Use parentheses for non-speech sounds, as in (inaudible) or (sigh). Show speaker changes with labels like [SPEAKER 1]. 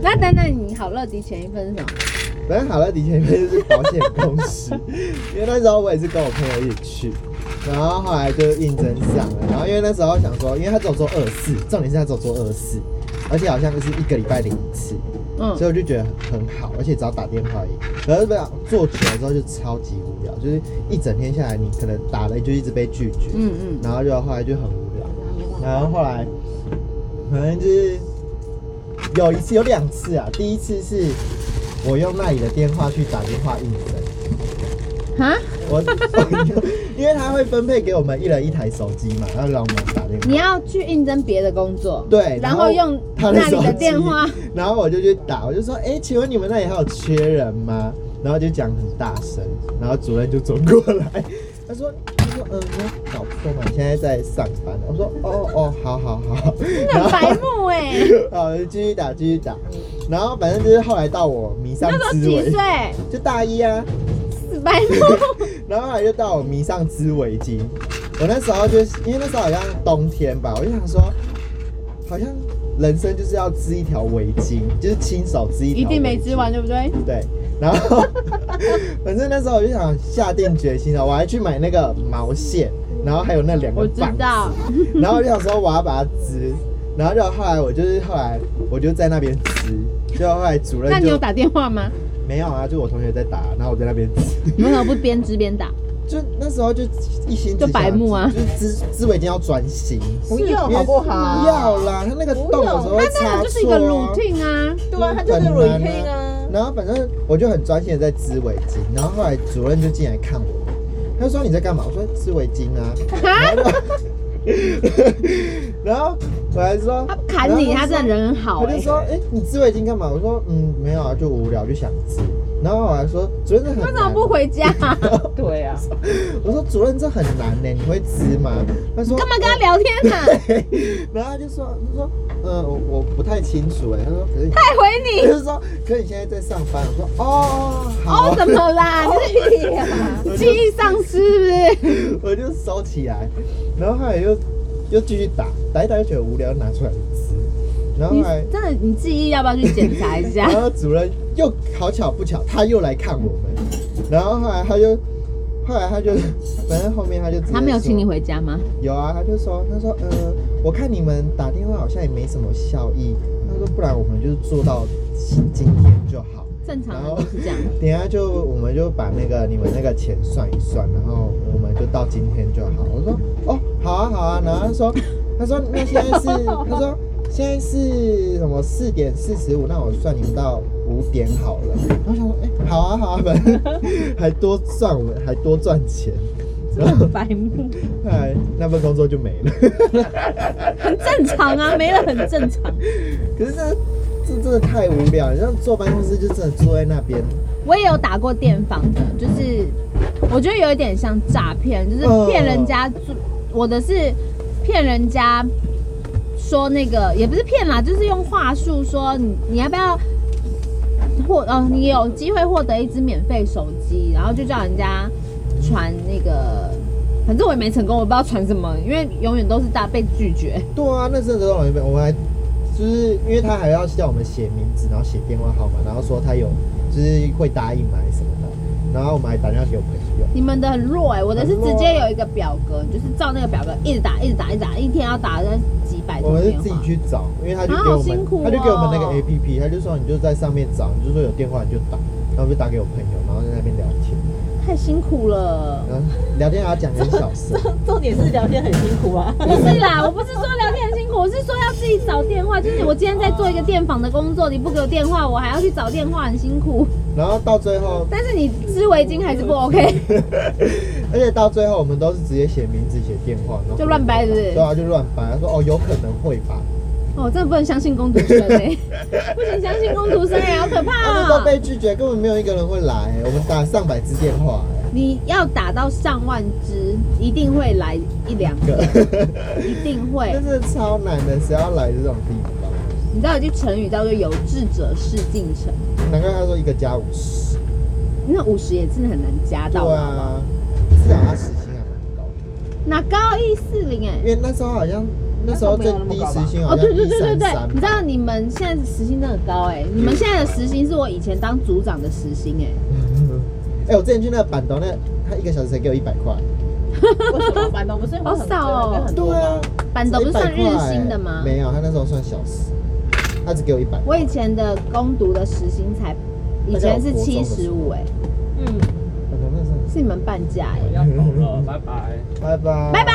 [SPEAKER 1] 那等等，你好乐迪前一份是什么？
[SPEAKER 2] 反正好乐迪前面就是保险公司，因为那时候我也是跟我朋友一起去，然后后来就应征上了，然后因为那时候想说，因为他只有做二四，重点是他只有做二四，而且好像就是一个礼拜领一次，所
[SPEAKER 1] 嗯，
[SPEAKER 2] 以我就觉得很好，而且只要打电话而已。可是不要做久了之后就超级无聊，就是一整天下来，你可能打了就一直被拒绝，
[SPEAKER 1] 嗯嗯
[SPEAKER 2] 然后就后来就很无聊，然后后来反正就是有一次有两次啊，第一次是我用那里的电话去打电话应征，
[SPEAKER 1] 哈，
[SPEAKER 2] 我 (laughs) 我就因为他会分配给我们一人一台手机嘛，然后让我们打电话
[SPEAKER 1] 你。要去应征别的工作，
[SPEAKER 2] 对，
[SPEAKER 1] 然后用
[SPEAKER 2] 他
[SPEAKER 1] 那里
[SPEAKER 2] 手
[SPEAKER 1] 的
[SPEAKER 2] 机
[SPEAKER 1] 电 (laughs) 话，
[SPEAKER 2] (laughs) 然后我就去打，我就说，哎、请问你们那里还有缺人吗？然后就讲很大声，然后主任就走过来，他说，他说，嗯、我搞错嘛，你现在在上班。我说，哦哦，好好好。然
[SPEAKER 1] 很
[SPEAKER 2] 后， (laughs)
[SPEAKER 1] 白目哎、 (laughs)
[SPEAKER 2] 好，我就继续打，继续打。然后反正就是后来到我迷上
[SPEAKER 1] 那时候
[SPEAKER 2] 思
[SPEAKER 1] 几
[SPEAKER 2] 维，
[SPEAKER 1] 岁？
[SPEAKER 2] 就大一啊，
[SPEAKER 1] 死白目。
[SPEAKER 2] 然后后来就到我迷上织围巾，我那时候就是因为那时候好像冬天吧，我就想说，好像人生就是要织一条围巾，就是亲手织一条，
[SPEAKER 1] 一定没织。完，对不对？
[SPEAKER 2] 对，然后反正那时候我就想下定决心了，我还去买那个毛线，然后还有那两个
[SPEAKER 1] 我知
[SPEAKER 2] 棒子，
[SPEAKER 1] 道，
[SPEAKER 2] 然后我就想说我要把它织，然后就后来我就是后来我就在那边织，就后来主任
[SPEAKER 1] 那你有
[SPEAKER 2] 就
[SPEAKER 1] 打电话吗？
[SPEAKER 2] 没有啊，就我同学在打，然后我在那边织。
[SPEAKER 1] 你为什么不边织边打？
[SPEAKER 2] 就那时候就一心只想
[SPEAKER 1] 就白目啊
[SPEAKER 2] 就是织织围巾要专心，
[SPEAKER 3] 不要
[SPEAKER 2] 因为
[SPEAKER 3] 好不好？
[SPEAKER 2] 不要啦，他那个洞有时候
[SPEAKER 1] 那
[SPEAKER 2] 会
[SPEAKER 1] 那
[SPEAKER 2] 插
[SPEAKER 1] 个就是一个
[SPEAKER 2] 错啊。
[SPEAKER 1] routine (laughs) 啊，
[SPEAKER 3] 对啊，他就是
[SPEAKER 2] 很难啊
[SPEAKER 3] routine 啊。
[SPEAKER 2] 然后反正我就很专心的在织围巾，然后后来主任就进来看我，他说你在干嘛？我说织围巾啊。 (laughs) 然后就然后我还说
[SPEAKER 1] 他不砍你，
[SPEAKER 2] 然
[SPEAKER 1] 他
[SPEAKER 2] 后
[SPEAKER 1] 真的人很好
[SPEAKER 2] 我
[SPEAKER 1] 哎、
[SPEAKER 2] 就说，哎、你织围巾干嘛？我说，嗯，没有啊，就无聊，就想织。然后我还说，主任这很
[SPEAKER 1] 为什么
[SPEAKER 2] 难
[SPEAKER 1] 不回 (laughs) 家、
[SPEAKER 3] 对啊，
[SPEAKER 2] 我说主任这很难呢、你会织吗？他说
[SPEAKER 1] 干嘛跟他聊天啊 (laughs) 呢、
[SPEAKER 2] (laughs) 然后他就说，他说，呃，我我不太清楚哎。他说，可是你，
[SPEAKER 1] 太回
[SPEAKER 2] (laughs) 他
[SPEAKER 1] 你
[SPEAKER 2] 就说，可是你现在在上班。我说，哦，好
[SPEAKER 1] 哦，，怎么啦？ (laughs) 你是记忆丧失是不是？
[SPEAKER 2] (laughs) 我就收起来。然后后来又又继续打，打一打就觉得无聊，拿出来吃。然后
[SPEAKER 1] 你
[SPEAKER 2] 后来，
[SPEAKER 1] 真的，你记忆要不要去检查一
[SPEAKER 2] (laughs)
[SPEAKER 1] 下？
[SPEAKER 2] 然后主任又好巧不巧，他又来看我们。然后后来他就，后来他就，反正后面他就直接
[SPEAKER 1] 他没有请
[SPEAKER 2] 说
[SPEAKER 1] 你回家吗？
[SPEAKER 2] 有啊，他就说，他说，呃，我看你们打电话好像也没什么效益，他说，不然我们就做到今今天就好。
[SPEAKER 1] 正常
[SPEAKER 2] 然
[SPEAKER 1] 的
[SPEAKER 2] 后
[SPEAKER 1] 都是这样。
[SPEAKER 2] 等一下就我们就把那个你们那个钱算一算，然后我们就到今天就好。我说，哦，好啊，好啊。然后他说，他说那现在是，他说现在是什么四点四十五，那我算你们到五点好了。然后想说，哎、好啊，好啊，反正还多赚我们还多赚钱。然后
[SPEAKER 1] 白目，
[SPEAKER 2] 后来那份工作就没了。
[SPEAKER 1] 很正常啊，没了很正常。
[SPEAKER 2] 可是这这真的太无聊，你像坐办公室就真的坐在那边，
[SPEAKER 1] 我也有打过电访的，就是我觉得有一点像诈骗，就是
[SPEAKER 2] 哦
[SPEAKER 1] 骗人家做，我的是骗人家说那个也不是骗啦，就是用话术说你你要不要获哦，你有机会获得一只免费手机，然后就叫人家传那个。反正我也没成功，我不知道传什么，因为永远都是大被拒绝。
[SPEAKER 2] (laughs) 对啊，那真的都很无聊。我还就是因为他还要叫我们写名字，然后写电话号码，然后说他有就是会答应买什么的，然后我们还打电话给我朋友。
[SPEAKER 1] 你们的很弱哎、我的是直接有一个表格，就是照那个表格一直打，一直打，一直打，一天要打那几百
[SPEAKER 2] 我
[SPEAKER 1] 通
[SPEAKER 2] 们是
[SPEAKER 1] 电
[SPEAKER 2] 自己
[SPEAKER 1] 话。
[SPEAKER 2] 去找，因为他就给
[SPEAKER 1] 啊
[SPEAKER 2] 我
[SPEAKER 1] 好
[SPEAKER 2] 们，
[SPEAKER 1] 辛苦哦
[SPEAKER 2] 他就给我们那个 A P P，他就说你就在上面找，你就说有电话你就打，然后就打给我朋友，然后在那边聊天，
[SPEAKER 1] 太辛苦了。
[SPEAKER 2] 然后聊天还要讲很小声，
[SPEAKER 3] (laughs) 重重点是聊天很辛苦 (laughs) 啊。
[SPEAKER 1] 不是啦，我不是说聊天很辛苦，我是说要自己找电话。就是我今天在做一个电访的工作，你不给我电话，我还要去找电话，很辛苦。
[SPEAKER 2] 然后到最后，
[SPEAKER 1] 但是你织围巾还是不 OK，
[SPEAKER 2] 而且到最后我们都是直接写名字写电话，然后
[SPEAKER 1] 就乱掰是不是
[SPEAKER 2] 对啊，就乱掰。他说哦，有可能会吧。
[SPEAKER 1] 哦，真的不能相信工读生哎、不行，相信工读生哎、好可
[SPEAKER 2] 他
[SPEAKER 1] 怕
[SPEAKER 2] 们 (laughs) 都
[SPEAKER 1] 哦、
[SPEAKER 2] 被拒绝，根本没有一个人会来。欸我们打上百支电话，
[SPEAKER 1] 你要打到上万只，一定会来一两个，一定会
[SPEAKER 2] 真。的超难的，谁要来这种地方？
[SPEAKER 1] 你知道有句成语叫做“有志者事竟成
[SPEAKER 2] 难怪他说一个加五十。”，
[SPEAKER 1] 那五十也真的很难加
[SPEAKER 2] 对
[SPEAKER 1] 到。
[SPEAKER 2] 啊啊，至少他时薪还蛮高的，
[SPEAKER 1] 哪高一四零哎
[SPEAKER 2] 因？为那时候好像那时候最低时薪
[SPEAKER 1] 哦，
[SPEAKER 2] 好像
[SPEAKER 1] 对对
[SPEAKER 2] 一
[SPEAKER 1] 对对
[SPEAKER 2] 三
[SPEAKER 1] 对，
[SPEAKER 2] 三，
[SPEAKER 1] 你知道你们现在时薪真的很高哎、你们现在的时薪是我以前当组长的时薪哎、
[SPEAKER 2] 哎、我之前去那个板东，那他一个小时才给我一百块。
[SPEAKER 1] 哦
[SPEAKER 3] 为什么板凳不是会
[SPEAKER 1] 好
[SPEAKER 3] 很
[SPEAKER 1] 少哦
[SPEAKER 3] 多人跟很多
[SPEAKER 2] 对啊，
[SPEAKER 1] 板凳不是算日薪的吗？
[SPEAKER 2] 没有，他那时候算小时，他只给我一百。
[SPEAKER 1] 我以前的攻读的时薪才，以前是七十五哎，
[SPEAKER 3] 嗯，
[SPEAKER 2] 板东那时候，
[SPEAKER 1] 是你们半价哎、
[SPEAKER 4] 我要走了，拜拜。
[SPEAKER 2] 拜拜，
[SPEAKER 1] 拜拜。。